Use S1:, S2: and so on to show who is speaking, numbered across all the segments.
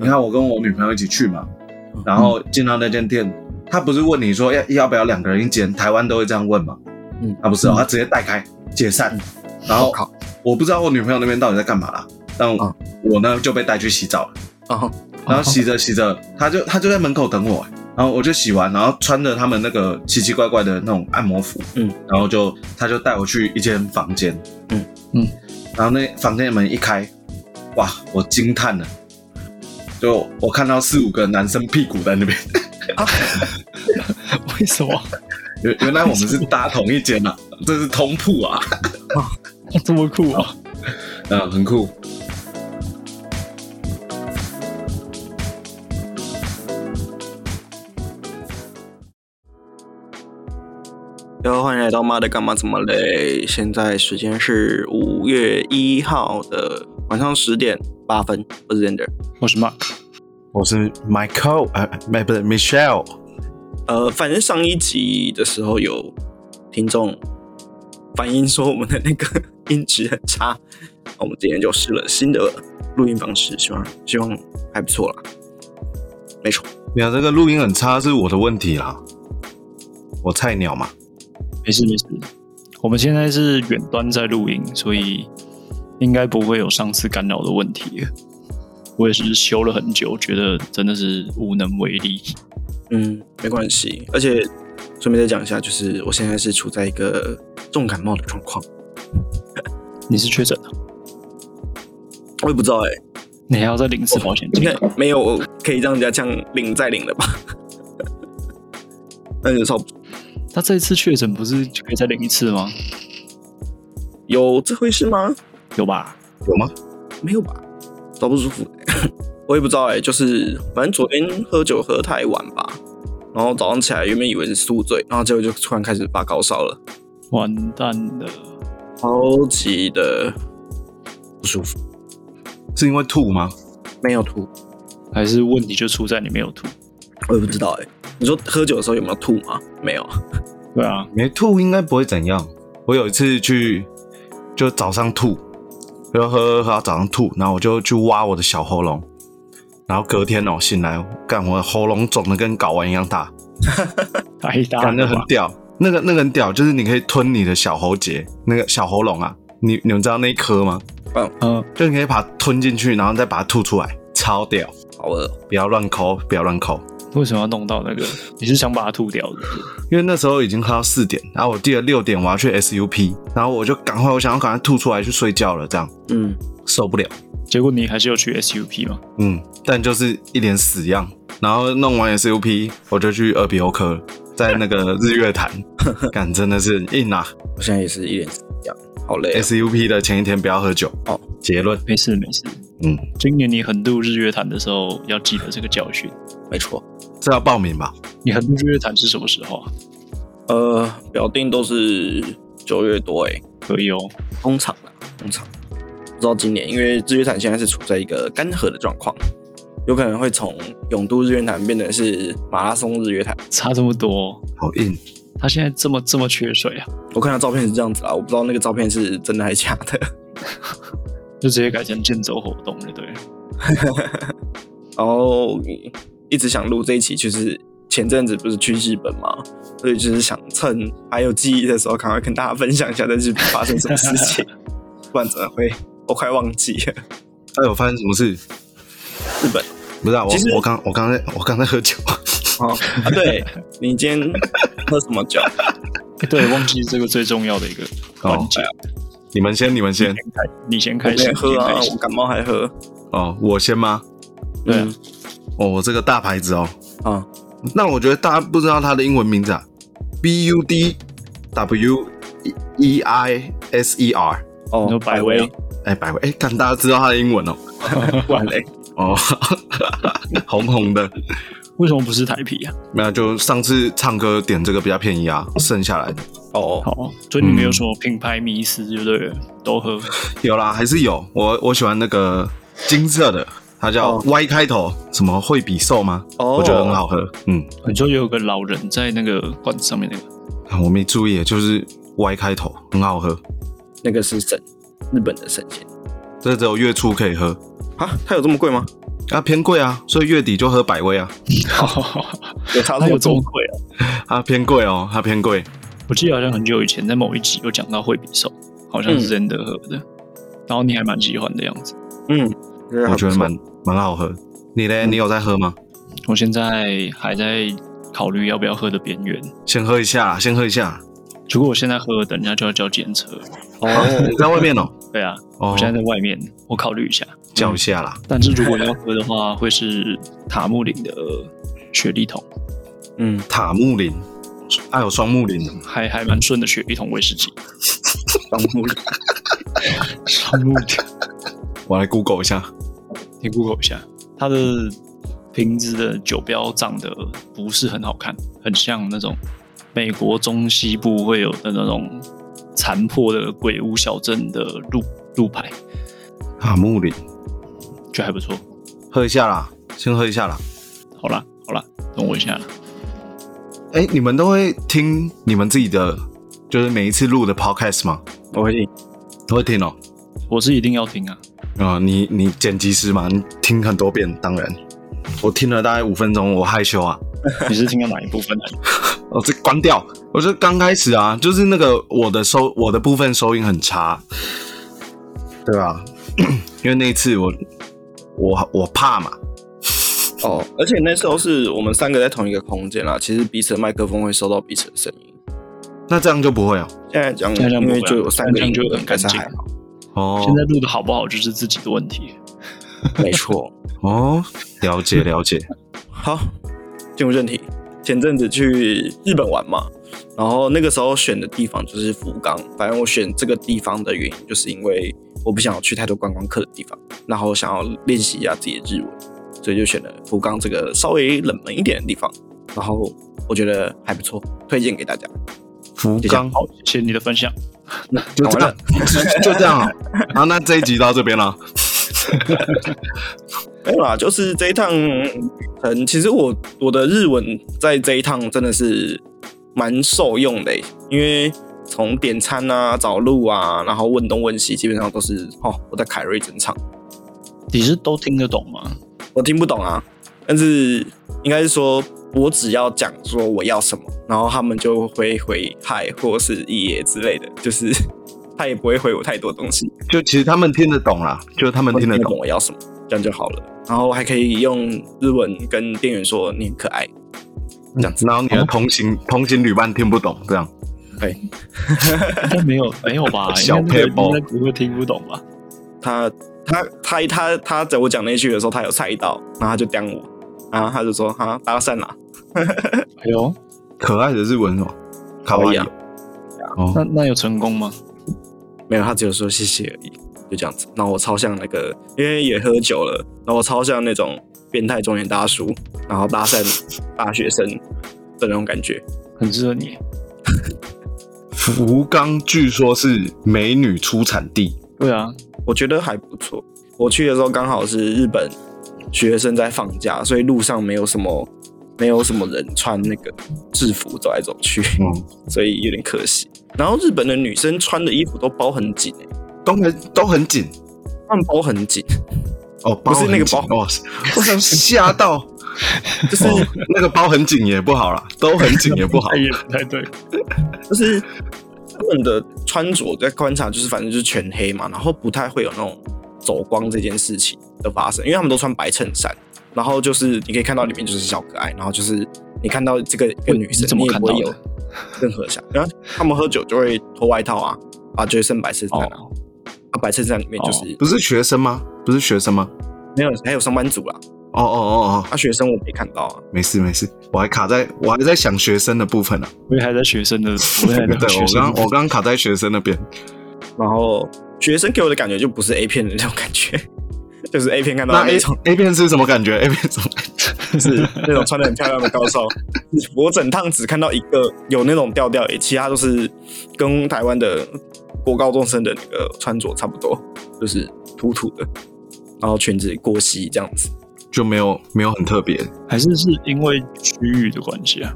S1: 你看我跟我女朋友一起去嘛，
S2: 嗯
S1: 然后进到那间店，他不是问你说要哎要不要两个人一间，台湾都会这样问嘛，
S2: 嗯
S1: 啊不是、哦，他直接带开解散，然
S2: 我
S1: 后
S2: 靠，
S1: 我不知道我女朋友那边到底在干嘛啦，但
S2: 嗯
S1: 我呢就被带去洗澡了，
S3: 啊
S2: 哦，
S1: 然后洗着洗着，她就她就在门口等我、欸然后我就洗完，然后穿着他们那个奇奇怪怪的那种按摩服，
S2: 嗯，
S1: 然后就她就带我去一间房间，
S2: 嗯嗯，
S1: 然后那房间的门一开，哇，我惊叹了，就我看到四五个男生屁股在那边，
S2: 为什么？
S1: 原原来我们是搭同一间啊，这是通铺啊，
S2: 这么酷啊！
S1: 嗯，很酷。
S3: 然后欢迎来到妈的干嘛怎么嘞？现在时间是五月一号的晚上十点八分，我是 Zander。
S2: 我是 Mark，
S4: 我是 Michael，呃，没不是 Michelle，
S3: 呃，反正上一集的时候有听众反映说我们的那个 音质很差，我们今天就试了新的录音方式，希望希望还不错啦。没错，
S4: 你看这个录音很差是我的问题啦，我菜鸟嘛，
S2: 没事没事。我们现在是远端在录音，所以应该不会有上次干扰的问题了。我也是修了很久，觉得真的是无能为力。
S3: 嗯，没关系。而且顺便再讲一下，就是我现在是处在一个重感冒的状况，
S2: 你是确诊了，
S3: 我也不知道哎、
S2: 你还要再领一次保险
S3: 应
S2: 金啊
S3: 该？没有可以让人家这样领再领了吧？ 那有少
S2: 他这一次确诊不是可以再领一次吗？
S3: 有这回事吗？
S2: 有吧？
S4: 有吗？
S3: 没有吧？找不舒服、 我也不知道哎、就是反正昨天喝酒喝太晚吧，然后早上起来原本以为是宿醉，然后结果就突然开始发高烧了，
S2: 完蛋了！
S3: 超级的不舒服，
S4: 是因为吐吗？
S3: 没有吐，
S2: 还是问题就出在你没有吐？
S3: 我也不知道哎、你说喝酒的时候有没有吐吗？没有，
S2: 对啊，
S4: 没吐应该不会怎样。我有一次去，就早上吐，然后喝喝喝到早上吐，然后我就去挖我的小喉咙，然后隔天哦醒来，干我的喉咙肿的跟睾丸一样大，
S2: 太大
S4: 干那
S2: 了
S4: 很
S2: 吧？
S4: 屌，那个那个很屌，就是你可以吞你的小喉结，那个小喉咙啊，你你们知道那一颗吗？
S2: 嗯，
S4: 就你可以把它吞进去，然后再把它吐出来，超屌。
S3: 好饿哦，
S4: 不要乱抠，不要乱抠，
S2: 为什么要弄到那个？你是想把它吐掉的？
S4: 因为那时候已经喝到四点，然后我记得六点我要去 SUP，然后我就赶快，我想要赶快吐出来去睡觉了，这样
S3: 嗯，
S4: 受不了，
S2: 结果你还是有去 SUP 吗？
S4: 嗯，但就是一脸死样。然后弄完 SUP，我就去耳鼻喉科，在那个日月 潭，干真的是硬啊
S3: 我现在也是一脸这样，好累哦、
S4: ！SUP 的前一天不要喝酒
S3: 哦。
S4: 结论，
S2: 没事没事，
S4: 嗯，
S2: 今年你横渡日月潭的时候要记得这个教训。
S3: 没错，
S4: 这要报名吧？
S2: 你横渡日月潭是什么时候啊？
S3: 呃，表定都是九月多哎、
S2: 可以哦，
S3: 通常啦，通常不知道今年，因为日月潭现在是处在一个干涸的状况，有可能会从永都日月潭变成是马拉松日月潭。
S2: 差这么多，
S4: 好硬，
S2: 他现在这么这么缺水啊，
S3: 我看到照片是这样子啦，我不知道那个照片是真的还是假的。
S2: 就直接改成健走活动就对了。
S3: 然后哦一直想录这一期，就是前阵子不是去日本嘛，所以就是想趁还有记忆的时候，赶快跟大家分享一下在日本发生什么事 情，不然真的会我快忘记了。
S4: 哎，我发生什么事？
S3: 日本
S4: 不是、啊、我
S3: 其实，
S4: 我刚我刚在我刚在喝酒，
S3: 哦啊，对你今天喝什么酒？
S2: 诶对，忘记这个最重要的一个环节，
S4: 你们先，你们 先
S2: 你先
S3: 我
S2: 开
S3: 没
S2: 始，
S3: 有喝
S2: 你先
S3: 啊
S2: 开，始
S3: 我感冒还喝。
S4: 哦，我先吗？
S2: 对啊
S3: 嗯
S4: 哦，我这个大牌子哦，
S3: 啊，
S4: 那我觉得大家不知道它的英文名字啊，B U D W E I S E R，
S3: 哦，
S2: 你说百威
S4: 哎，百威，哎，看大家知道它的英文哦，
S3: 不然嘞，
S4: 哦， 红红的，
S2: 为什么不是台啤啊？
S4: 没有，就上次唱歌点这个比较便宜啊，剩下来的
S3: 哦，
S2: 好，所以你没有什么品牌迷思就对了，都喝。
S4: 有啦，还是有，我我喜欢那个金色的，它叫
S3: 哦
S4: Y 开头，什么惠比寿吗？
S3: 哦
S4: 我觉得很好喝，嗯，
S2: 你说有个老人在那个罐子上面那个，
S4: 啊我没注意，就是 Y 开头，很好喝，
S3: 那个是神，日本的神仙
S4: 这只有月初可以喝，
S3: 啊，它有这么贵吗？
S4: 啊，偏贵啊，所以月底就喝百威啊，
S3: 有差
S2: 它有
S3: 多
S2: 这
S3: 重
S2: 么贵啊？
S4: 啊，偏贵哦，它偏贵。
S2: 我记得好像很久以前在某一集有讲到惠比寿，好像是真的喝的，然后你还蛮喜欢的样子。
S3: 嗯，
S4: 我觉得蛮蛮好喝。你嘞，你有在喝吗？
S2: 我现在还在考虑要不要喝的边缘。
S4: 先喝一下，先喝一下。
S2: 如果我现在喝，等一下就要叫检测。
S3: 哎
S4: 啊你在外面哦，
S2: 对啊，
S4: 哦
S2: 我，现在在外面，我考虑一下。
S4: 叫一下啦。
S2: 但是如果要喝的话，会是塔木林的雪莉桶，
S3: 嗯，
S4: 塔木林，还有双木林的，
S2: 还还蛮顺的雪莉桶威士忌。
S3: 双木林
S2: 塔木林，
S4: 我来 Google 一下。
S2: 你 Google 一下，它的瓶子的酒标长得不是很好看，很像那种美国中西部会有的那种残破的鬼屋小镇的路路牌，
S4: 塔木林，
S2: 就还不错。
S4: 喝一下啦，先喝一下啦。
S2: 好啦，好啦，等我一下啦。
S4: 哎，你们都会听你们自己的，就是每一次录的 podcast 吗？
S3: 我会听，
S4: 都会听哦。
S2: 我是一定要听啊，
S4: 啊、你你剪辑师嘛，你听很多遍，当然。我听了大概五分钟，我害羞啊，
S2: 你是听到哪一部分啊？
S4: 我这关掉。我就刚开始啊，就是那个我的收我的部分收音很差，对吧？ 因为那一次我我我怕嘛，
S3: 哦，而且那时候是我们三个在同一个空间啦，其实彼此的麦克风会收到彼此的声音。
S4: 那这样就不会哦。
S3: 现在讲，
S2: 现在这样
S3: 因
S2: 不会啊
S3: 为就有三个音
S2: 现在这样就
S3: 格，
S2: 很
S3: 应该是
S2: 干净
S3: 还好。
S4: 哦，
S2: 现在录的好不好就是自己的问题。
S3: 没错。
S4: 哦，了解了 解。
S3: 好，进入正题。前阵子去日本玩嘛，然后那个时候选的地方就是福冈。反正我选这个地方的原因，就是因为我不想要去太多观光客的地方，然后我想要练习一下自己的日文，所以就选了福冈这个稍微冷门一点的地方。然后我觉得还不错，推荐给大家。
S4: 福
S3: 谢
S4: 冈
S2: 好，谢谢你的分享。
S4: 就这
S3: 讲完
S4: 样
S3: 了，，
S4: 就这 样啊。啊，那这一集到这边了。
S3: 没有啦，就是这一趟嗯，其实我我的日文在这一趟真的是蛮受用的欸、因为从点餐啊、找路啊，然后问东问西，基本上都是哦，我在凯瑞整场，
S2: 你是都听得懂吗？
S3: 我听不懂啊，但是应该是说我只要讲说我要什么，然后他们就会回嗨或是一耶之类的，就是 他也不会回我太多东西。
S4: 就其实他们听得懂啦，就是他们听得懂。
S3: 我要什么，这样就好了。然后还可以用日文跟店员说你很可爱，这样子。哦
S4: 然后你的同行、同行旅伴听不懂，这样
S2: 应该没有，没有吧？
S4: 小
S2: 应该那个
S4: paper
S2: 应该不会听不懂吧？
S3: 他他他他他在我讲那句的时候，他有猜到，然后他就刁我，然后他就说哈搭讪啦，
S2: 哎呦，
S4: 可爱的日文是吗？卡哇伊
S3: 可以啊
S4: 哦，
S2: 那那有成功吗？
S3: 没有，他只有说谢谢而已，就这样子。然后我超像那个，因为也喝酒了，然后我超像那种变态中年大叔，然后搭讪大学生的那种感觉。
S2: 很适合你。
S4: 福冈据说是美女出产地，
S2: 对啊，，
S3: 我觉得还不错。我去的时候刚好是日本学生在放假，所以路上没有什么没有什么人穿那个制服走来走去，
S4: 嗯，
S3: 所以有点可惜。然后日本的女生穿的衣服都包很紧、欸，
S4: 都很都很紧
S3: 他们包很紧，
S4: 哦，包
S3: 不是那个
S4: 很紧哦，我想吓到，
S3: 就是哎
S4: 哦那个包很紧也不好啦，都很紧也 不好
S2: 也不太对。
S3: 就是他们的穿着在观察，就是反正就是全黑嘛，然后不太会有那种走光这件事情的发生，因为他们都穿白衬衫，然后就是你可以看到里面就是小可爱，然后就是你看到这个一个女
S2: 你
S3: 生，
S2: 怎么
S3: 你也
S2: 看
S3: 不
S2: 到
S3: 会有
S2: 的？
S3: 任何想，然后他们喝酒就会脱外套啊，啊，就会剩白衬衫啊，
S2: 哦，
S3: 啊白衬衫里面就是、
S4: 不是学生吗？不是学生吗？
S3: 没有，还有上班族啦，
S4: 哦哦哦
S3: 啊学生我没看到啊
S4: 哦，，没事没事，我还卡在我还在想学生的部分呢、啊
S2: 我也还在学生的，我也还
S4: 对，
S2: 在学
S4: 我
S2: 生
S4: 刚
S2: 的。
S4: 我刚卡在学生那边，
S3: 然后学生给我的感觉就不是 A 片的那种感觉， 就是 A 片看到
S4: 那
S3: 的
S4: A
S3: 那种
S4: A 片是什么感觉？A 片怎么感觉？
S3: 是那种穿的很漂亮的高手，我整趟只看到一个有那种调调而已，其他都是跟台湾的国高中生的那个穿着差不多，就是土土的，然后裙子过膝这样子，
S4: 就没有没有很特别，
S2: 还是是因为区域的关系啊？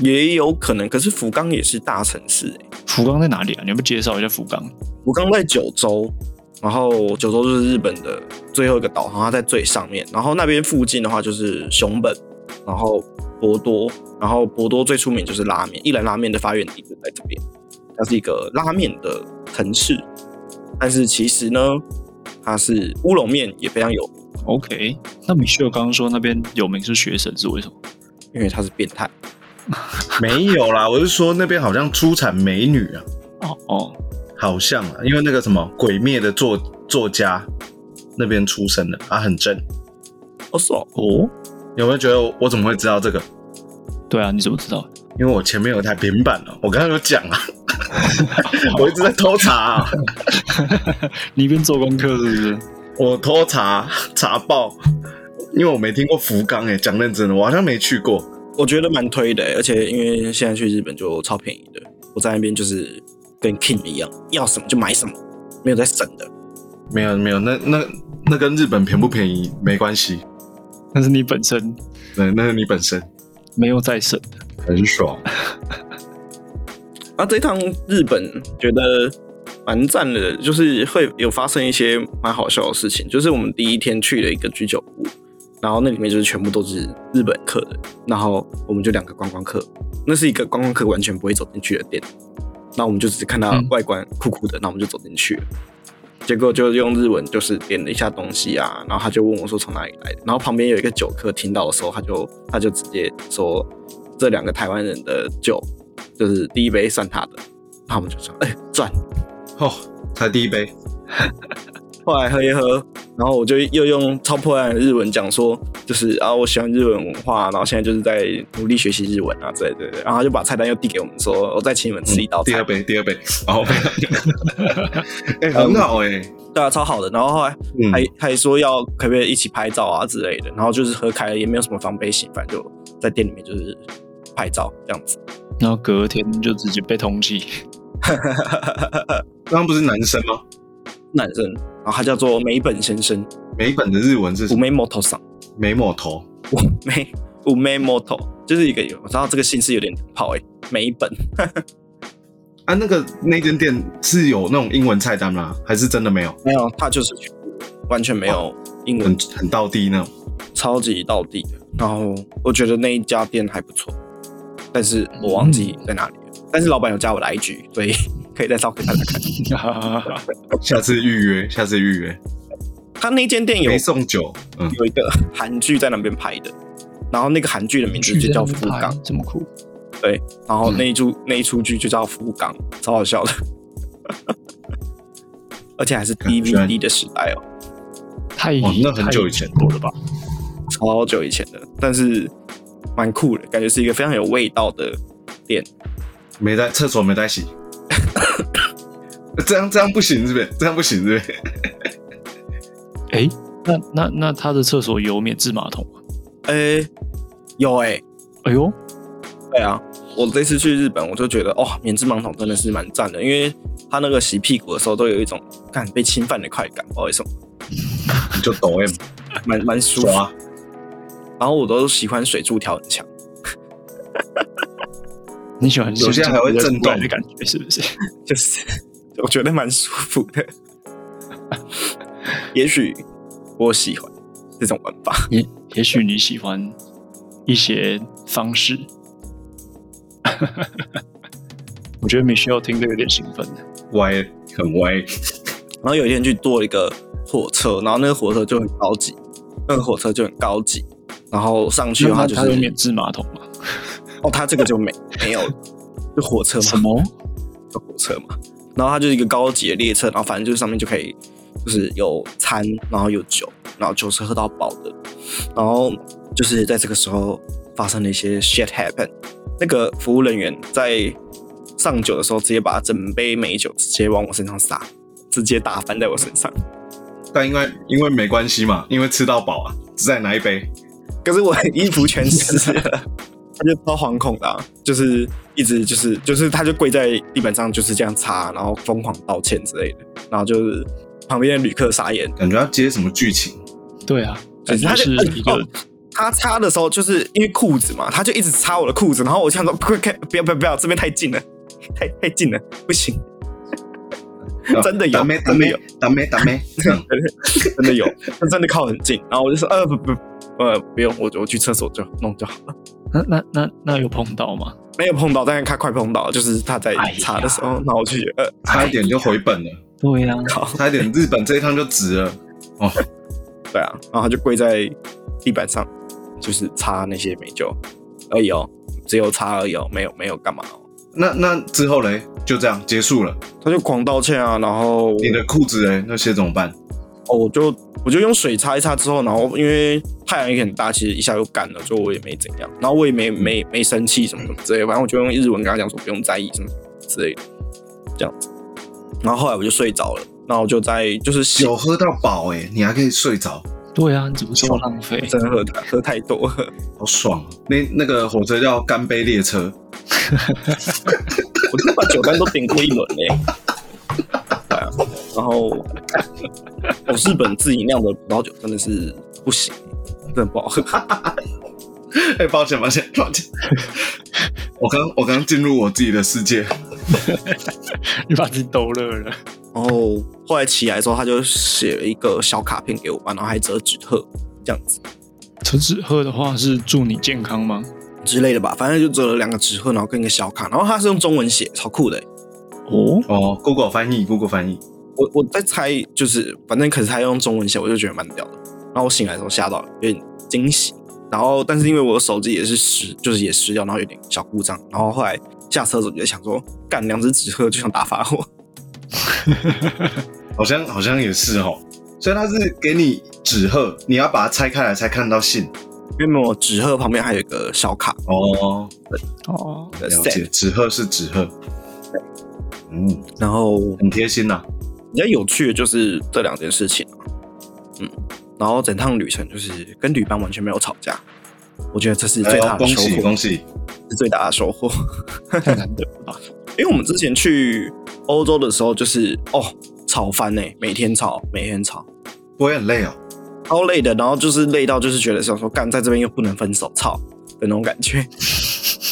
S3: 也有可能。可是福冈也是大城市、欸，
S2: 福冈在哪里啊？你要不介绍一下福冈？
S3: 福冈在九州，然后九州就是日本的最后一个岛，然后它在最上面。然后那边附近的话就是熊本，然后博多，然后博多最出名就是拉面，一兰拉面的发源地就在这边。它是一个拉面的城市，但是其实呢，它是乌龙面也非常有名，
S2: OK，那米秀刚刚说那边有名是学生是为什么？
S3: 因为它是变态。
S4: 没有啦，我是说那边好像出产美女啊，
S2: 哦哦，
S4: 好像啊，因为那个什么《鬼灭》的作作家那边出生的啊，很正。
S3: 哦，是哦，
S2: 哦，
S4: 有没有觉得我我怎么会知道这个？
S2: 对啊，你怎么知道？
S4: 因为我前面有一台平板哦，我刚刚有讲 啊，我一直在偷查、啊，
S2: 你一边做功课是不是？
S4: 我偷查查爆，因为我没听过福冈诶、讲认真的，我好像没去过。
S3: 我觉得蛮推的欸，而且因为现在去日本就超便宜的，我在那边就是跟 King 一样，要什么就买什么，没有在省的。
S4: 没有没有，那那那跟日本便不便宜没关系，
S2: 但是你本身
S4: 那那是你本身
S2: 没有在省，
S4: 很爽。
S3: 啊，这一趟日本觉得蛮赞的，就是会有发生一些蛮好笑的事情。就是我们第一天去了一个居酒屋，然后那里面就是全部都是日本客人，然后我们就两个观光客，那是一个观光客完全不会走进去的店，那我们就只是看到
S2: 嗯
S3: 外观酷酷的，那我们就走进去了。结果就用日文就是点了一下东西啊，然后他就问我说从哪里来的，然后旁边有一个酒客听到的时候，他就他就直接说这两个台湾人的酒就是第一杯算他的，那我们就说哎赚，
S4: 哦，才第一杯，
S3: 后来喝一喝，然后我就又用超破烂的日文讲说，就是啊，我喜欢日文文化，然后现在就是在努力学习日文啊之类的。然后他就把菜单又递给我们说，哦我再请你们吃一道
S4: 嗯第
S3: 菜。
S4: 二杯，第二杯， 哦，
S3: 嗯
S4: 哎、很好哎、
S3: 对啊，超好的。然后后来
S4: 嗯
S3: 还、还说要可不可以一起拍照啊之类的。然后就是喝开了，也没有什么防备心，反正就在店里面就是拍照这样子。
S2: 然后隔天就直接被通缉。
S4: 刚刚不是男生吗？
S3: 男生，然后他叫做美本先生，
S4: 美本的日文是什
S3: 五
S4: 么
S3: 梅 moto 上，
S4: 美抹头，
S3: 梅五梅 moto 就是一个有，我知道这个姓氏有点跑哎、美本。
S4: 啊，那个那间店是有那种英文菜单吗？还是真的没有？
S3: 没有，他就是全部完全没有英文，
S4: 很很道地那种。
S3: 超级到地的。然后我觉得那一家店还不错，但是我忘记
S4: 嗯
S3: 在哪里了。但是老板有加我来一局，所以 可以再照给大家看。
S2: 哈哈哈哈
S4: 下次预约，下次预约。
S3: 他那间店有
S4: 没送酒，嗯，
S3: 有一个韩剧在那边拍的，然后那个韩剧的名字就叫《福冈》，
S2: 这么酷，
S3: 然后那一出、那一出剧就叫《福冈》，超好笑的。 而且还是
S4: 看居然
S3: DVD 的时代哦。
S2: 太
S4: 哦那很久以前
S2: 过了吧？
S3: 超久以前的，但是蛮酷的，感觉是一个非常有味道的店。
S4: 没在厕所没在洗，这样这样不行是不是？这样不行是不是？
S2: 哎，那那那他的厕所有免治马桶吗？
S3: 诶、有诶、
S2: 哎呦，
S3: 对啊，我这次去日本，我就觉得哦，免治马桶真的是蛮赞的，因为他那个洗屁股的时候都有一种干被侵犯的快感，不好意思，
S4: 你就抖 M
S3: 蛮蛮舒服。
S4: 抓，
S3: 然后我都喜欢水柱条很强，
S2: 你喜欢
S4: 有些还会震动
S2: 的感觉是不是？
S3: 就是 我觉得蛮舒服的。 也许我喜欢这种玩法。
S2: 也也许你喜欢一些方式。 我觉得 Michelle 听着有点兴奋
S4: 歪很歪，
S3: 然后有一天去坐一个火车，然后那个火车就很高级，那个火车就很高级，然后上去的话
S2: 他
S3: 就
S2: 他有免
S3: 是
S2: 治马桶吗？
S3: 哦，它这个就没没有了，就火车 嘛，
S2: 么？
S3: 就火车嘛，然后它就是一个高级的列车，然后反正就是上面就可以就是有餐，然后有酒，然后酒是喝到饱的，然后就是在这个时候发生了一些 shit happen，那个服务人员在上酒的时候直接把整杯美酒直接往我身上洒，直接打翻在我身上。
S4: 但因为因为没关系嘛，因为吃到饱啊，只再拿一杯，
S3: 可是我衣服全湿了，他就超惶恐的啊、就是一直就是就是他就跪在地板上就是这样擦，然后疯狂道歉之类的，然后就是旁边的旅客傻眼，
S4: 感觉要接什么剧情。
S2: 对啊，
S3: 就
S2: 感
S3: 是
S2: 觉
S3: 他就是哎
S2: 一个、
S3: 哦他擦的时候就是因为裤子嘛，他就一直擦我的裤子，然后我就想说，快快不要不要不要，这边太近了，太太近了，不行。真的有
S4: 啊打，咩打
S3: 真的
S4: 咩
S3: 有，
S4: 打咩打 咩，这样
S3: 真的有，他真的靠很近。然后我就说，呃，不不，呃，不用，我我去厕所就弄就好了。
S2: 那那那那有碰到吗？
S3: 没有碰到，但是他快碰到了，就是他在
S2: 哎呀
S3: 擦的时候，然后我就觉得，呃，
S4: 差一点就回本了，
S2: 对啊呀、
S3: 靠，
S4: 差一点日本这一趟就值了。
S3: 对啊，然后他就跪在地板上，就是擦那些美酒而已哦，只有擦而已哦，没有没有干嘛哦。
S4: 那那之后嘞，就这样结束了。
S3: 他就狂道歉啊，然后
S4: 你的裤子嘞，那些怎么办？
S3: 哦，我就我就用水擦一擦之后，然后因为太阳也很大，其实一下就干了，所以我也没怎样，然后我也没
S4: 嗯
S3: 没没生气什么什么之类的，反正我就用日文跟他讲说不用在意什么什么之类的，这样子。然后后来我就睡着了，然后我就在就是醒
S4: 酒喝到饱哎、你还可以睡着，
S2: 对啊呀、你怎么这么浪费？
S3: 真的喝太喝太多了，
S4: 好爽、哦。那那个火车叫干杯列车，
S3: 我真的把酒单都点过一轮 嘞、对啊，然后我日本自己酿的葡萄酒真的是不行，真的不好喝。
S4: 哎、抱歉抱歉抱 歉，我刚我刚进入我自己的世界。
S2: 你把自己逗乐 了。
S3: 然后后来起来的时候，他就写了一个小卡片给我吧，然后还折纸鹤这样子
S2: 陈志鹤的话是祝你健康吗？
S3: 之类的吧，反正就折了两个纸鹤，然后跟一个小卡，然后他是用中文写，超酷的欸、
S2: 哦，
S4: 哦，Google 翻译，Google 翻译，
S3: 我我在猜，就是反正可是他用中文写，我就觉得蛮屌的。然后我醒来的时候吓到了，有点惊喜。然后但是因为我的手机也是湿，就是也湿掉，然后有点小故障。然后后来下车的时候就在想说，干两只纸鹤就想打发我。
S4: 好像好像也是哦。所以它是给你纸鹤，你要把它拆开来才看到信。
S3: 因为没有纸鹤旁边还有一个小卡
S4: 哦，
S2: 哦，
S3: 的
S4: 了解
S3: set，，
S4: 纸鹤是纸鹤。嗯，
S3: 然后
S4: 很贴心呐、啊
S3: 比较有趣的就是这两件事情啊、嗯，然后整趟旅程就是跟旅伴完全没有吵架，我觉得这是
S4: 哎
S3: 最
S4: 呦
S3: 大的
S4: 恭
S3: 收
S4: 喜
S3: 获，
S4: 恭喜！
S3: 是最大的收获。
S2: 太难得了吧？
S3: 因为我们之前去欧洲的时候，就是哦吵翻呢、每天吵，每天吵，
S4: 不会很累哦。
S3: 超累的，然后就是累到就是觉得想说干在这边又不能分手，操的那种感觉，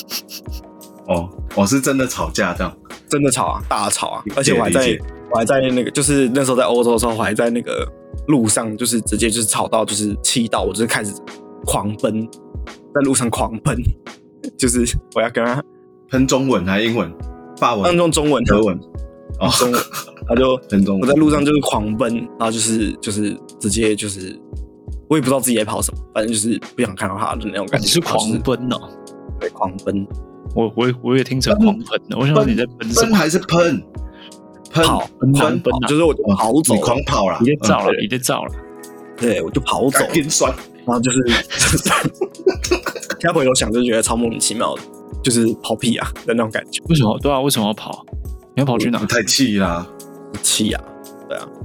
S4: 哦，我是真的吵架这样。
S3: 真的吵啊，大吵啊，而且
S4: 理解
S3: 我还在
S4: 理解
S3: 我还在那个就是那时候在欧洲的时候，我还在那个路上就是直接就是吵到就是气到我就是开始狂奔，在路上狂奔，就是我要跟他
S4: 喷中文还英文、法
S3: 他
S4: 文、
S3: 用中文，
S4: 德文，哦，
S3: 中文，他就
S4: 喷中文。
S3: 我在路上就是狂奔，然后就是就是直接就是，我也不知道自己在跑什么，反正就是不想看到他的那种感
S2: 你
S3: 觉。
S2: 是狂
S3: 就是
S2: 奔哦？
S3: 对狂奔，
S2: 我我我也听成
S4: 奔
S2: 狂奔了，我想说你在奔什
S4: 喷
S2: 么？
S4: 还是喷？喷
S3: 跑
S2: 奔啊
S4: 喷
S2: 奔啊！
S3: 就是我就跑走
S4: 你，狂跑啦！嗯
S2: 你在造了，
S3: 对
S2: 你在造了。
S3: 对我就跑走，
S4: 赶紧酸，
S3: 然后就是，现在回头想就觉得超莫名其妙的，就是跑屁啊的那种感觉，
S2: 为什么？对啊，为什么要跑？你要跑去哪
S4: 我？太气啦！
S3: 气啊！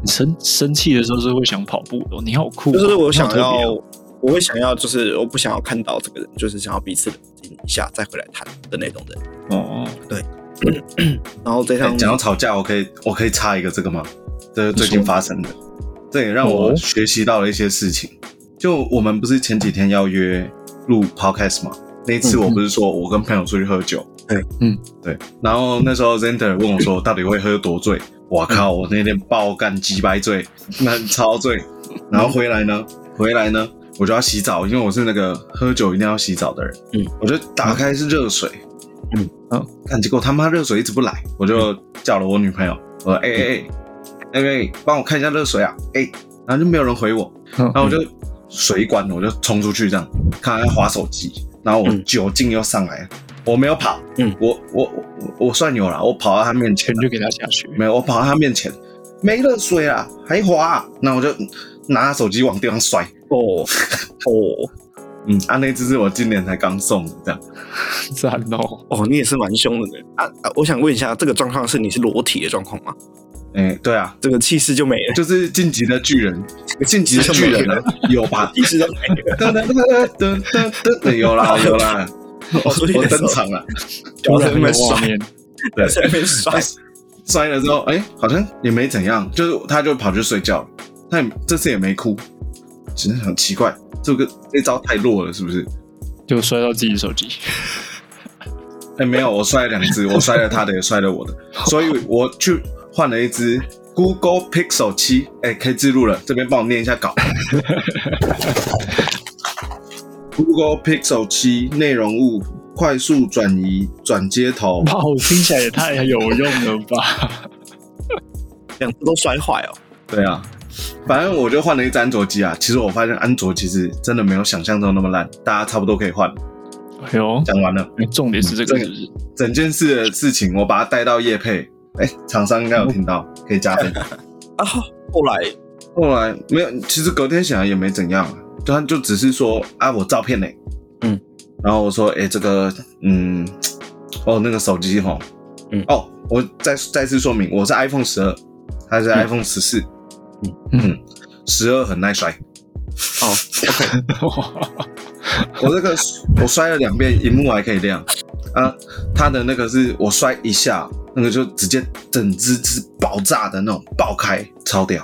S2: 你生生气的时候是会想跑步的哦。你好酷哦，
S3: 就是我想
S2: 你好
S3: 要
S2: 特别哦，
S3: 我会想要，就是我不想要看到这个人，就是想要彼此冷静一下再回来谈的那种人。
S2: 哦，
S3: 然后这
S4: 哎
S3: 趟
S4: 讲到吵架，我可以我可以插一个这个吗？这是最近发生的，这也让我
S2: 哦
S4: 学习到了一些事情。就我们不是前几天要约录 podcast 吗？那一次我不是说我跟朋友出去喝酒，
S3: 对，
S2: 嗯，
S4: 对。然后那时候 Zender 问我说，到底会喝多醉？我靠，我那天爆干鸡掰醉，那超醉。然后回来呢，回来呢，我就要洗澡，因为我是那个喝酒一定要洗澡的人。
S3: 嗯，
S4: 我就打开是热水，
S3: 嗯
S2: 嗯，
S4: 但结果他妈热水一直不来，我就叫了我女朋友，我说哎哎哎哎哎，帮我看一下热水啊，哎、然后就没有人回我，
S2: 嗯
S4: 然后我就水管我就冲出去这样，看他在划手机，然后我
S3: 嗯
S4: 酒劲又上来了，我没有跑，
S3: 嗯
S4: 我我我我我算有了，我跑到他面前
S2: 拳，就给他下去。
S4: 没有，我跑到他面前，没热水啊，还滑、啊，那我就拿他手机往地上摔，
S3: 哦哦
S4: 嗯，啊，那只是我今年才刚送的，这样，
S2: 赞 哦！
S3: 哦，你也是蛮凶的呢啊啊！我想问一下，这个状况是你是裸体的状况吗？
S4: 哎、对啊，
S3: 这个气势就没了，
S4: 就是晋级的巨人，晋级的巨人啊呢，有吧？
S3: 气势就没了。
S4: 噔噔噔噔噔噔噔，有啦有 啦，
S3: 哦
S4: 我我登场了，
S3: 然后在那边
S2: 突然有画
S3: 摔，
S2: 面，
S4: 对，
S3: 在那边摔，
S4: 摔了之后，哎、好像也没怎样，就是他就跑去睡觉了，他也这次也没哭，只是很奇怪，这个这招太弱了，是不是？
S2: 就摔到自己手机。
S4: 哎、没有，我摔了两只，我摔了他的，也摔了我的，所以我去换了一只 Google Pixel 七，哎，可以自录了，这边帮我念一下稿。Google Pixel 七内容物快速转移转接头，
S2: 哇，我听起来也太有用了吧！
S3: 两只都摔坏哦。
S4: 对啊，反正我就换了一只安卓机啊。其实我发现安卓其实真的没有想象中那么烂，大家差不多可以换。
S2: 哎呦，
S4: 讲完了，
S2: 哎重点是这个
S4: 这
S3: 嗯
S4: 个
S2: 是不是
S4: 整件事的事情我把它带到叶配，哎，厂商应该有听到，可以加分。
S3: 啊，后后来
S4: 后来没有，其实隔天醒来也没怎样，就他就只是说啊，我照片呢、
S3: 嗯，
S4: 然后我说，哎、这个，嗯，哦，那个手机吼，
S3: 嗯
S4: 哦，我再再次说明，我是 iPhone 十二，他是 iPhone 十四，
S2: 嗯
S4: 嗯，十二很耐摔，我这个 我摔了两遍，荧幕还可以亮啊，他的那个是我摔一下，那个就直接整只是爆炸的那种爆开，超屌。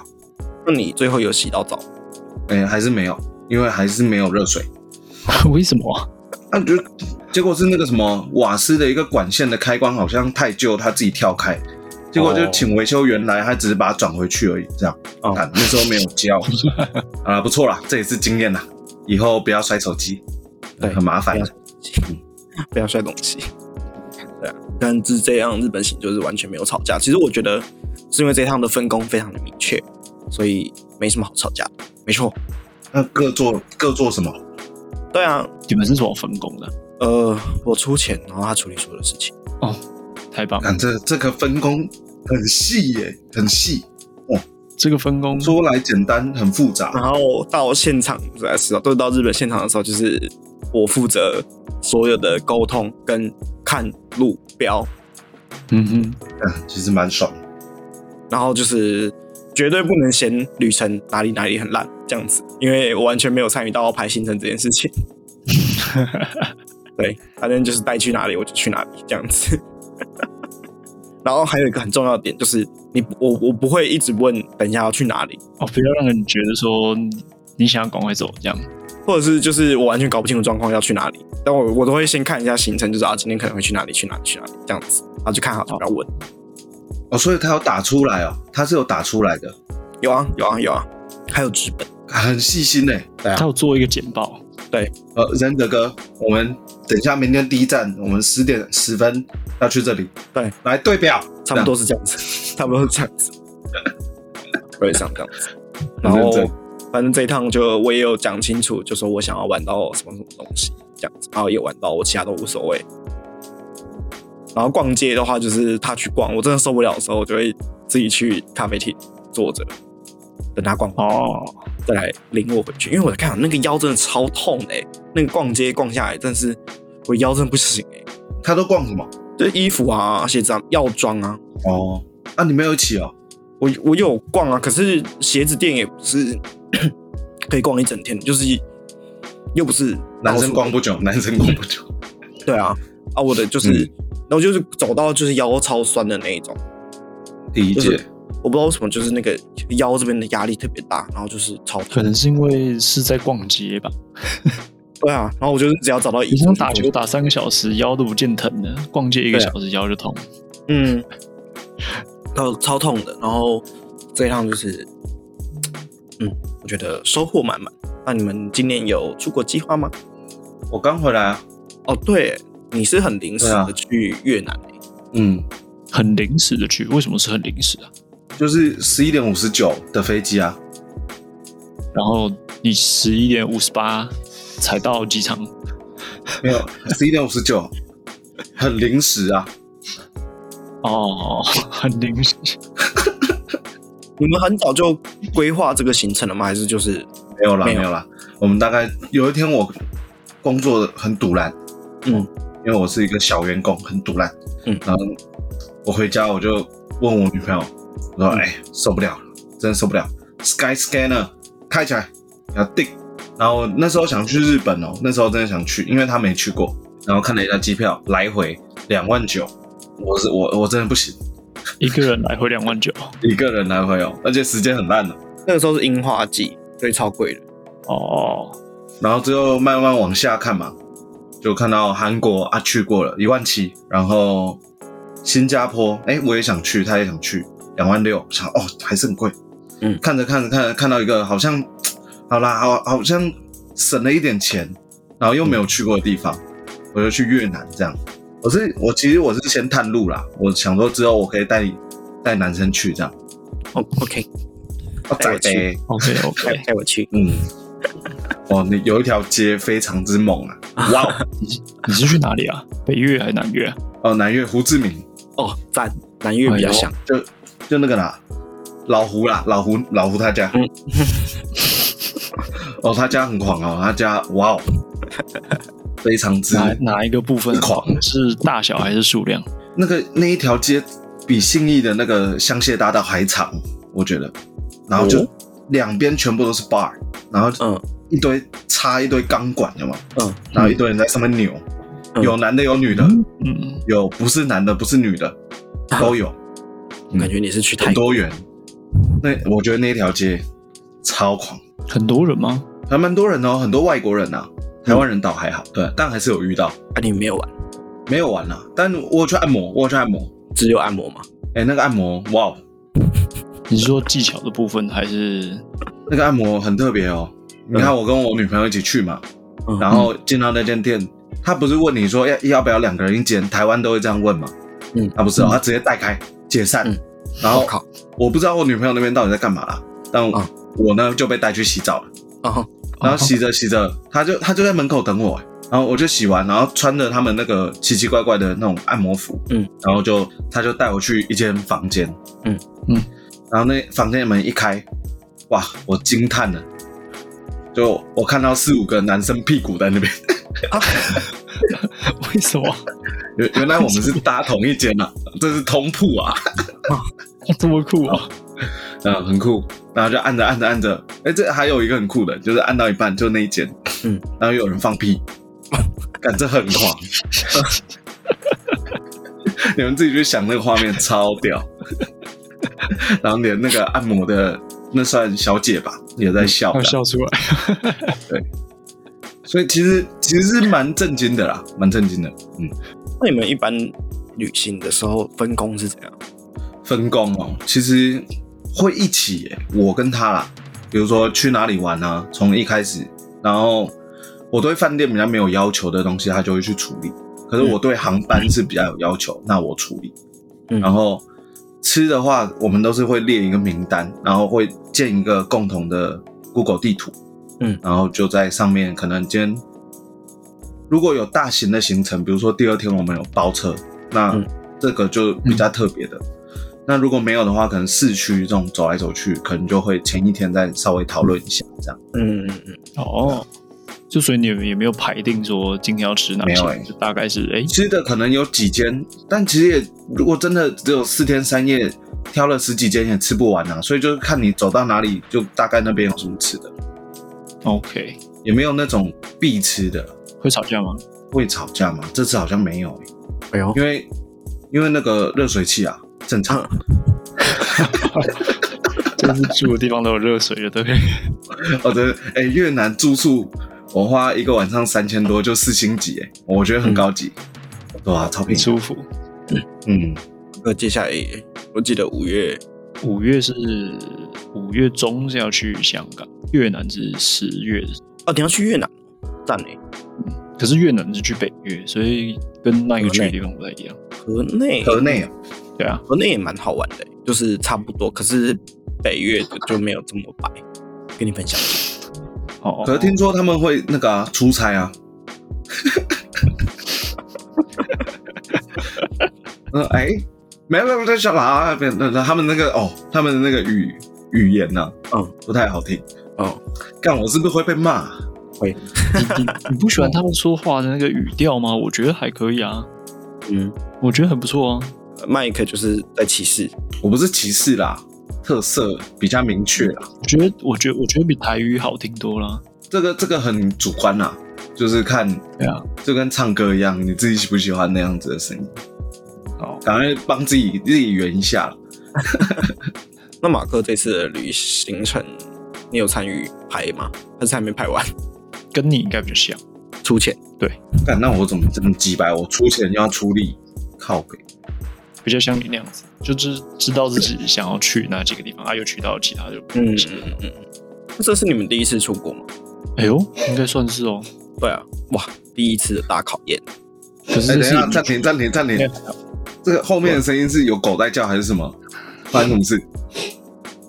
S3: 那你最后有洗到澡？
S4: 哎、还是没有，因为还是没有热水。
S2: 为什么啊？
S4: 啊，就结果是那个什么瓦斯的一个管线的开关好像太旧，它自己跳开，结果就
S3: 哦
S4: 请维修员来，他只是把它转回去而已，这样。
S3: 哦
S4: 啊，那时候没有 教啊，不错啦，这也是经验啦，以后不要摔手机，
S3: 对
S4: 很麻烦
S3: 不。不要摔东西。对啊，但是这样日本行就是完全没有吵架。其实我觉得是因为这一趟的分工非常的明确，所以没什么好吵架的。没错，
S4: 那各做各做什么？
S3: 对啊，
S2: 你们是怎么分工的？
S3: 呃，我出钱，然后他处理所有的事情。
S2: 太棒！了！
S4: 看这这个分工很细耶、很细，
S2: 这个分工
S4: 说来简单，很复杂。
S3: 然后到现场的时候，都是到日本现场的时候，就是我负责所有的沟通跟看路标，
S2: 嗯哼，
S4: 啊、其实蛮爽的。
S3: 然后就是绝对不能嫌旅程哪里哪里很烂这样子，因为我完全没有参与到排行程这件事情。 对，反正就是带去哪里我就去哪里这样子。 然后还有一个很重要的点就是你，我我不会一直问等一下要去哪里，
S2: 哦，不要让人觉得说你你想要赶快走这样。
S3: 或者是就是我完全搞不清楚状况要去哪里，但我我都会先看一下行程，就是啊今天可能会去哪里去哪里去哪里这样子，然后就看好就不要问。
S4: 哦，所以他有打出来哦，他是有打出来的，
S3: 有啊有啊有啊，还有纸本，
S4: 很细心呢、
S3: 对啊
S2: 他，有做一个简报，
S4: 呃，仁德哥，我们等一下，明天第一站，我们十点十分要去这里。
S3: 对，
S4: 来对表，
S3: 差不多是这样子，差不多是这样子，会像这样子。然
S4: 很认
S3: 后
S4: 真
S3: 反正这一趟就我也有讲清楚，就说我想要玩到什么什么东西这样子，然后也玩到，我其他都无所谓。然后逛街的话，就是他去逛，我真的受不了的时候，我就会自己去咖啡厅坐着，等他逛完
S2: 哦，
S3: 再来领我回去。因为我看那个腰真的超痛哎、那个逛街逛下来，但是我腰真的不行哎、
S4: 这样他都逛什么？
S3: 就是衣服啊、鞋子啊、药妆啊，
S4: 哦，啊，你没有一起哦？
S3: 我我有逛啊，可是鞋子店也不是 可以逛一整天，就是又不是
S4: 男生逛不久， 男生逛不久。
S3: 对啊啊，我的就是，
S2: 嗯
S3: 然后就是走到就是腰超酸的那一种，
S4: 理
S3: 就
S4: 解
S3: 是，我不知道为什么，就是那个腰这边的压力特别大，然后就是超
S2: 可
S3: 痛。
S2: 能是因为是在逛街吧。
S3: 对啊，然后我就是只要找到
S2: 你
S3: 医
S2: 像
S3: 生
S2: 打球，打三个小时，腰都不见疼了，逛街一个
S3: 对啊
S2: 小时腰就痛。
S3: 嗯，超超痛的。然后这一趟就是，嗯，我觉得收获满满。那你们今年有出国计划吗？
S4: 我刚回来啊。
S3: 哦，对，你是很临时
S4: 对啊
S3: 的去越南、欸
S4: 嗯，
S2: 很临时的去，为什么是很临时啊？
S4: 就是十一点五十九的飞机啊。
S2: 然后你十一点五十八才到机场，
S4: 没有，十一点五十九，很临时啊。
S2: 哦， 很临时。
S3: 你们很早就规划这个行程了吗？还是就是
S4: 没有啦，
S3: 没
S4: 没
S3: 有
S4: 有啦。我们大概有一天我工作很堵然，
S3: 嗯，
S4: 因为我是一个小员工，很堵然，
S3: 嗯
S4: 然后我回家我就问我女朋友，我
S3: 嗯
S4: 说：“哎、受不了了，真的受不了，Sky Scanner 开起来，要订。”然后那时候想去日本哦，那时候真的想去，因为他没去过，然后看了一下机票，来回两万九，我是我我真的不行，
S2: 一个人来回两万九
S4: 一个人来回哦，而且时间很烂的。
S3: 那个时候是樱花季，所以超贵的。
S2: 哦，
S4: 然后之后慢慢往下看嘛，就看到韩国啊去过了一万七，然后新加坡哎、我也想去，他也想去，两万六，想哦还是很贵。
S3: 嗯
S4: 看着看着看着看到一个好像，好啦，好好像省了一点钱，然后又没有去过的地方，我就去越南这样。我是我其实我是先探路啦，我想说之后我可以带带男生去这样。
S3: 哦，OK，
S4: 哦，
S3: 带我去
S4: 仔仔
S2: OK
S3: 带
S2: OK，
S3: 带我去，
S4: 嗯，哦，你有一条街非常之猛啊！哇哦，
S2: 你是去哪里啊？北越还是南越啊？
S4: 哦，南越胡志明
S3: 哦，赞，南越比较像，
S4: 就就那个啦，老胡啦，老胡老胡他家，
S3: 嗯
S4: 哦，他家很狂哦，他家哇哦，非常之
S2: 哪哪一个部分
S4: 狂
S2: 是大小还是数量？
S4: 那个那一条街比信义的那个香榭大道还长，我觉得，然后就
S3: 哦
S4: 两边全部都是 bar，然后
S3: 嗯
S4: 一堆插一堆钢管，有吗？
S3: 嗯，
S4: 然后一堆人在上面扭，
S3: 嗯啊
S4: 有男的有女的，
S2: 嗯，
S4: 有不是男的不是女的都有，
S3: 嗯感觉你是去泰
S4: 很
S3: 国，
S4: 多元。那我觉得那一条街超狂，
S2: 很多人吗？
S4: 还蛮多人哦，很多外国人啊，台湾人倒还好，对，但还是有遇到，
S3: 啊，你没有玩，
S4: 没有玩啦。但我有去按摩，我有去按摩，
S3: 只有按摩吗？
S4: 哎、那个按摩，哇哦，
S2: 你是说技巧的部分还是？
S4: 那个按摩很特别哦。你看，我跟我女朋友一起去嘛，
S3: 嗯
S4: 然后进到那间店，他不是问你说要要不要两个人一间，台湾都会这样问嘛，
S3: 嗯
S4: 他不是哦，他直接带开解散
S3: 嗯，
S4: 然后
S3: 我靠，
S4: 我不知道我女朋友那边到底在干嘛啦，但
S3: 嗯
S4: 我呢就被带去洗澡了。
S3: 哦，
S4: 然后洗着洗着，他就他就在门口等我、欸然后我就洗完，然后穿着他们那个奇奇怪怪的那种按摩服，
S3: 嗯，
S4: 然后就他就带我去一间房间，
S3: 嗯
S2: 嗯，
S4: 然后那房间的门一开，哇，我惊叹了，就我看到四五个男生屁股在那边，
S2: 为什么
S4: 原原来我们是搭同一间啊，这是通铺啊，
S2: 这么酷啊？
S4: 嗯，很酷。然后就按着按着按着，哎，这还有一个很酷的，就是按到一半就那一间，
S3: 嗯，
S4: 然后有人放屁，感这很狂。你们自己去想那个画面超屌，然后连那个按摩的那算小姐吧，也在笑
S2: 要
S4: 的，
S2: 笑出来。
S4: 所以其实其实是蛮震惊的啦，蛮震惊的。嗯，
S3: 那你们一般旅行的时候分工是怎样？
S4: 分工哦，其实会一起耶，我跟他啦，比如说去哪里玩啊，从一开始，然后我对饭店比较没有要求的东西，他就会去处理。可是我对航班是比较有要求，那我处理。
S3: 嗯
S4: 然后吃的话，我们都是会列一个名单，然后会建一个共同的 Google 地图，
S3: 嗯
S4: 然后就在上面可能今天如果有大型的行程，比如说第二天我们有包车，那
S3: 嗯
S4: 这个就比较特别的。那如果没有的话，可能市区这种走来走去，可能就会前一天再稍微讨论一下，这样
S3: 嗯嗯嗯，
S2: 哦，就所以你们也没有排定说今天要吃哪
S4: 没
S2: 些，
S4: 有欸
S2: 就大概是哎、
S4: 吃的可能有几间，但其实也如果真的只有四天三夜，挑了十几间也吃不完啊，所以就是看你走到哪里，就大概那边有什么吃的，
S2: o k
S4: 也没有那种必吃的。
S2: 会吵架吗？
S4: 会吵架吗？这次好像没有、欸
S3: 哎呦，
S4: 因为因为那个热水器啊，正常。
S2: 就是住的地方都有热水的，对不对？
S4: 哦，对，哎、越南住宿我花一个晚上三千多，就四星级，哎，我觉得很高级，对啊，超
S2: 很
S4: 便宜。
S2: 舒服。
S4: 嗯，
S3: 那接下来我记得五月
S2: 五月是五月中是要去香港，越南是十月，
S3: 哦，你要去越南，赞欸嘞，
S2: 可是越南是去北越，所以跟那一个去的地方不太一样。
S3: 河内
S4: 河内啊，
S2: 对啊，
S3: 河内也蛮好玩的，欸就是差不多，可是北越的就没有这么白，跟你分享一下。
S2: 哦，
S4: 可是听说他们会那个、啊、出差啊。 嗯，哎、没有没有，在小啦，没有那那他们那个哦，他们的那个语语言呢、
S3: 嗯，
S4: 不太好听。
S3: 哦，
S4: 干，我是不是会被骂？
S3: 会，
S2: 你你你不喜欢他们说话的那个语调吗？我觉得还可以啊，
S3: 嗯，
S2: 我觉得很不错啊。
S3: 麦克就是在歧视，
S4: 我不是歧视啦，特色比较明确啦。
S2: 我觉得，我觉得，我觉得比台语好听多了。
S4: 这个这个很主观啦、就是看，
S2: 对啊，
S4: 就跟唱歌一样，你自己喜不喜欢那样子的声音，
S2: 好，
S4: 赶快帮自己自己圆一下啦。
S3: 那马克这次的旅行程，你有参与拍吗？还是还没拍完？
S2: 跟你应该比较像。
S3: 出钱
S4: 干，那我怎么这么鸡掰？我出钱又要出力，靠北。
S2: 比较像你那样子，就知知道自己想要去哪几个地方啊，有去到其他就
S3: 嗯嗯嗯，这是你们第一次出国吗？
S2: 哎呦，应该算是哦。
S3: 对啊，哇，第一次的大考验，
S2: 可
S4: 哎、
S2: 是
S4: 等
S2: 这
S4: 一
S2: 是
S4: 下，暂停，暂停，暂停。这个后面的声音是有狗在叫还是什么？发生什么事？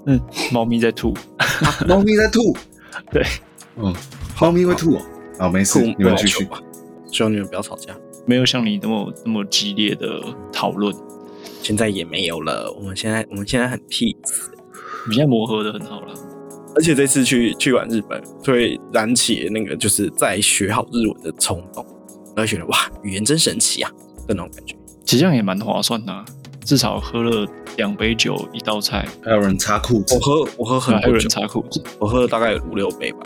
S2: 嗯，猫咪在吐，
S4: 啊猫咪在吐。
S2: 对，
S4: 嗯，猫咪会吐哦。好，没事
S3: 吐，
S4: 你
S3: 毛
S4: 们继
S3: 球
S4: 续。
S3: 吧，希望你们不要吵架。
S2: 没有像你那么那么激烈的讨论。
S3: 现在也没有了，我们现在我们现在很 peace，
S2: 我们现在磨合的很好了，
S3: 而且这次去去完日本，所以燃起那个就是在学好日文的冲动，然后觉得哇，语言真神奇啊的那种感觉。
S2: 其实这样也蛮划算的啊、至少喝了两杯酒，一道菜，
S4: 还有人擦裤子
S2: 哦
S3: 我，喝我喝很
S2: 还有
S3: 多
S2: 人
S3: 酒，
S2: 擦裤子。
S3: 我喝了大概五六杯吧，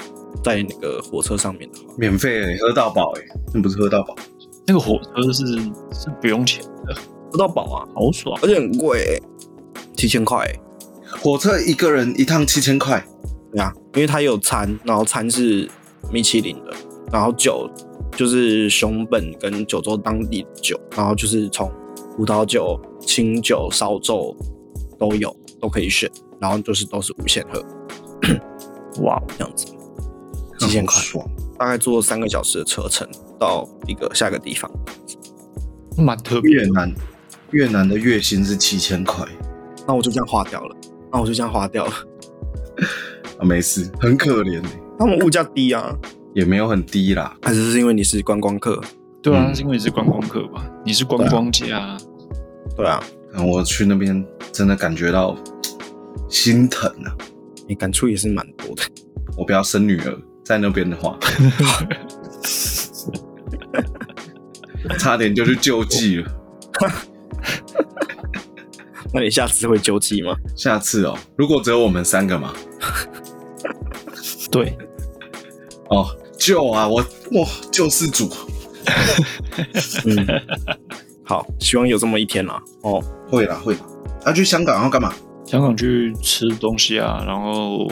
S3: 在那个火车上面的话，
S4: 免费、欸、喝到饱哎、那不是喝到饱？
S2: 那个火车是是不用钱的，
S3: 喝到饱啊，
S2: 好爽。
S3: 而且很贵、欸七千块、欸
S4: 火车一个人一趟七千块，
S3: 对啊，因为它有餐，然后餐是米其林的，然后酒就是熊本跟九州当地的酒，然后就是从葡萄酒、清酒、烧酒都有，都可以选，然后就是都是无限喝
S2: 哇，
S3: 这样子，七千块
S4: 很，爽。
S3: 大概坐三个小时的车程到一个下一个地方。
S2: 蛮特别
S4: 越
S2: 的。
S4: 南越南的月薪是七千块
S3: 那我就这样花掉了，那我就这样花掉了。
S4: 啊，没事，很可怜、欸，
S3: 他们物价低啊，
S4: 也没有很低啦。
S3: 还是是因为你是观光客？
S2: 对啊，
S4: 嗯
S2: 是因为你是观光客吧？你是观光家、啊，
S3: 对啊，
S4: 嗯我去那边真的感觉到心疼啊！
S3: 你感触也是蛮多的。
S4: 我不要生女儿，在那边的话，差点就去救济了。
S3: 那你下次会纠集吗？
S4: 下次哦，如果只有我们三个嘛，
S2: 对，
S4: 哦，救啊！我哇，救世主，
S3: 嗯，好，希望有这么一天啦。哦，
S4: 会啦会啦。他、去香港要干嘛？
S2: 香港去吃东西啊，然后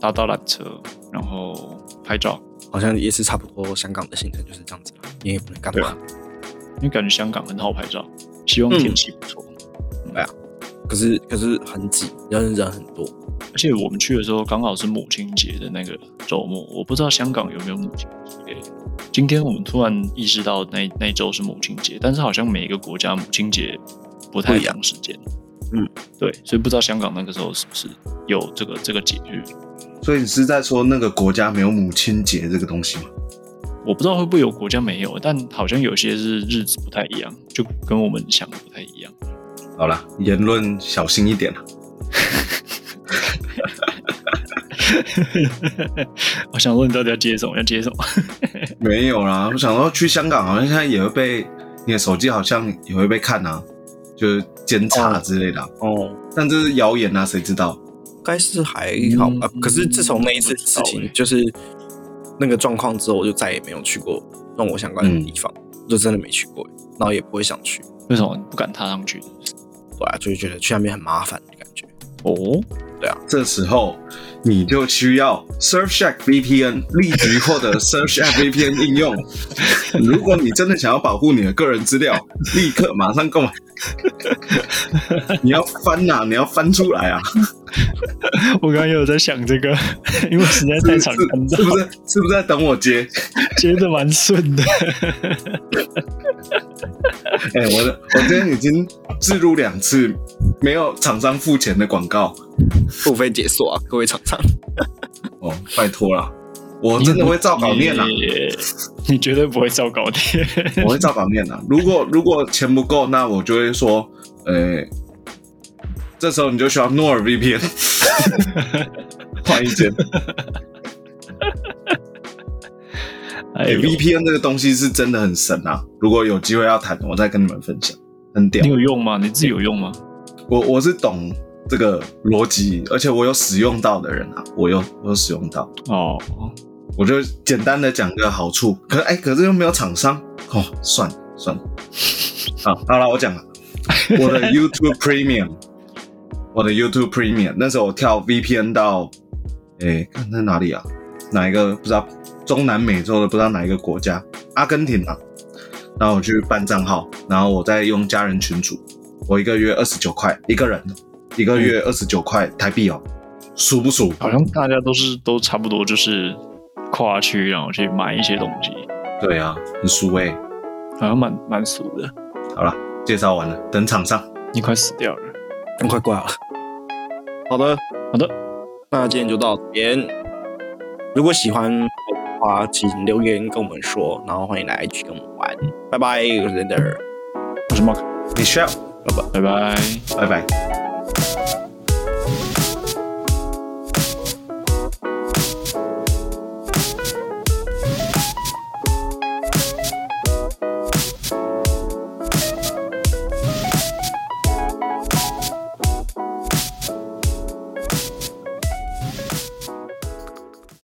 S2: 搭到缆车，然后拍照。
S3: 好像也是差不多，香港的行程就是这样子啦，你也不能干
S2: 对
S3: 嘛
S2: 啊。因为感觉香港很好拍照，希望天气不错。
S3: 可是可是很挤，人人很多。
S2: 而且我们去的时候刚好是母亲节的那个周末，我不知道香港有没有母亲节。今天我们突然意识到那那一周是母亲节，但是好像每一个国家母亲节不太
S3: 不
S2: 一
S3: 一样
S2: 样时间。
S3: 嗯，
S2: 对，所以不知道香港那个时候是不是有这个这个节日，
S4: 所以你是在说那个国家没有母亲节这个东西吗？
S2: 我不知道会不会有国家没有，但好像有些是日子不太一样，就跟我们想的不太一样。
S4: 好啦，言论小心一点啦。
S2: 我想问你到底要接什么？要接什么？
S4: 没有啦，我想说去香港好像现在也会被你的手机好像也会被看啊，就是监察之类的啊、
S3: 哦，
S4: 但这是谣言啊，谁知道？
S3: 该是还好吧。呃
S2: 嗯
S3: 可是自从那一次
S2: 不知
S3: 事
S2: 道欸
S3: 情，就是那个状况之后，我就再也没有去过跟我相关的地
S2: 嗯
S3: 方，就真的没去过，然后也不会想去。
S2: 为什么你不敢踏上去？
S3: 对啊，就是觉得去那边很麻烦的感觉。
S2: 哦，
S4: 这时候你就需要 Surfshark VPN 立即获得 Surfshark VPN 应用。如果你真的想要保护你的个人资料，立刻马上购买。你要翻呐、你要翻出来啊！
S2: 我刚刚也有在想这个， 因为实在
S4: 是
S2: 太
S4: 是
S2: 常看到
S4: 是，不是是不是在等我接？
S2: 接的蛮顺的。
S4: 哎、我的我今天已经置入两次没有厂商付钱的广告
S3: 付费解锁啊，各位厂商，
S4: 哦，拜托啦！我真的会照稿念啊，
S2: 你，你绝对不会照稿念。
S4: 我会照稿念啊。如果如果钱不够，那我就会说，呃、这时候你就需要诺尔 VPN 换一间。哎、
S2: 哎呦
S4: VPN 这个东西是真的很神啊！如果有机会要谈，我再跟你们分享，很屌
S2: 你。有用吗？你自己有用吗？
S4: 我我是懂这个逻辑，而且我有使用到的人啊，我有我有使用到。
S2: 哦，
S4: 我就简单的讲个好处，可哎、可是又没有厂商哦，算了算 了，好，好了，我讲了，我 的 YouTube Premium，我的 YouTube Premium，那时候我跳 VPN 到，哎、看在哪里啊？哪一个不知道？中南美洲的不知道哪一个国家，阿根廷啊。然后我去办账号，然后我再用家人群组，我一个月二十九块一个人，一个月二十九块台币哦，数不数？
S2: 好像大家都是都差不多，就是跨区然后去买一些东西，
S4: 对啊，很数哎、
S2: 好像蛮蛮俗的。
S4: 好了，介绍完了，等场上。
S2: 你快死掉了。
S3: 但快挂了。好的，
S2: 好的，
S3: 那今天就到这边。如果喜欢的话，请留言跟我们说，然后欢迎来 IG 跟我们玩。拜拜，我是 Zander，
S2: 我是 Mark，
S4: 你需要，
S3: 拜拜。
S2: 拜拜。
S4: 拜拜。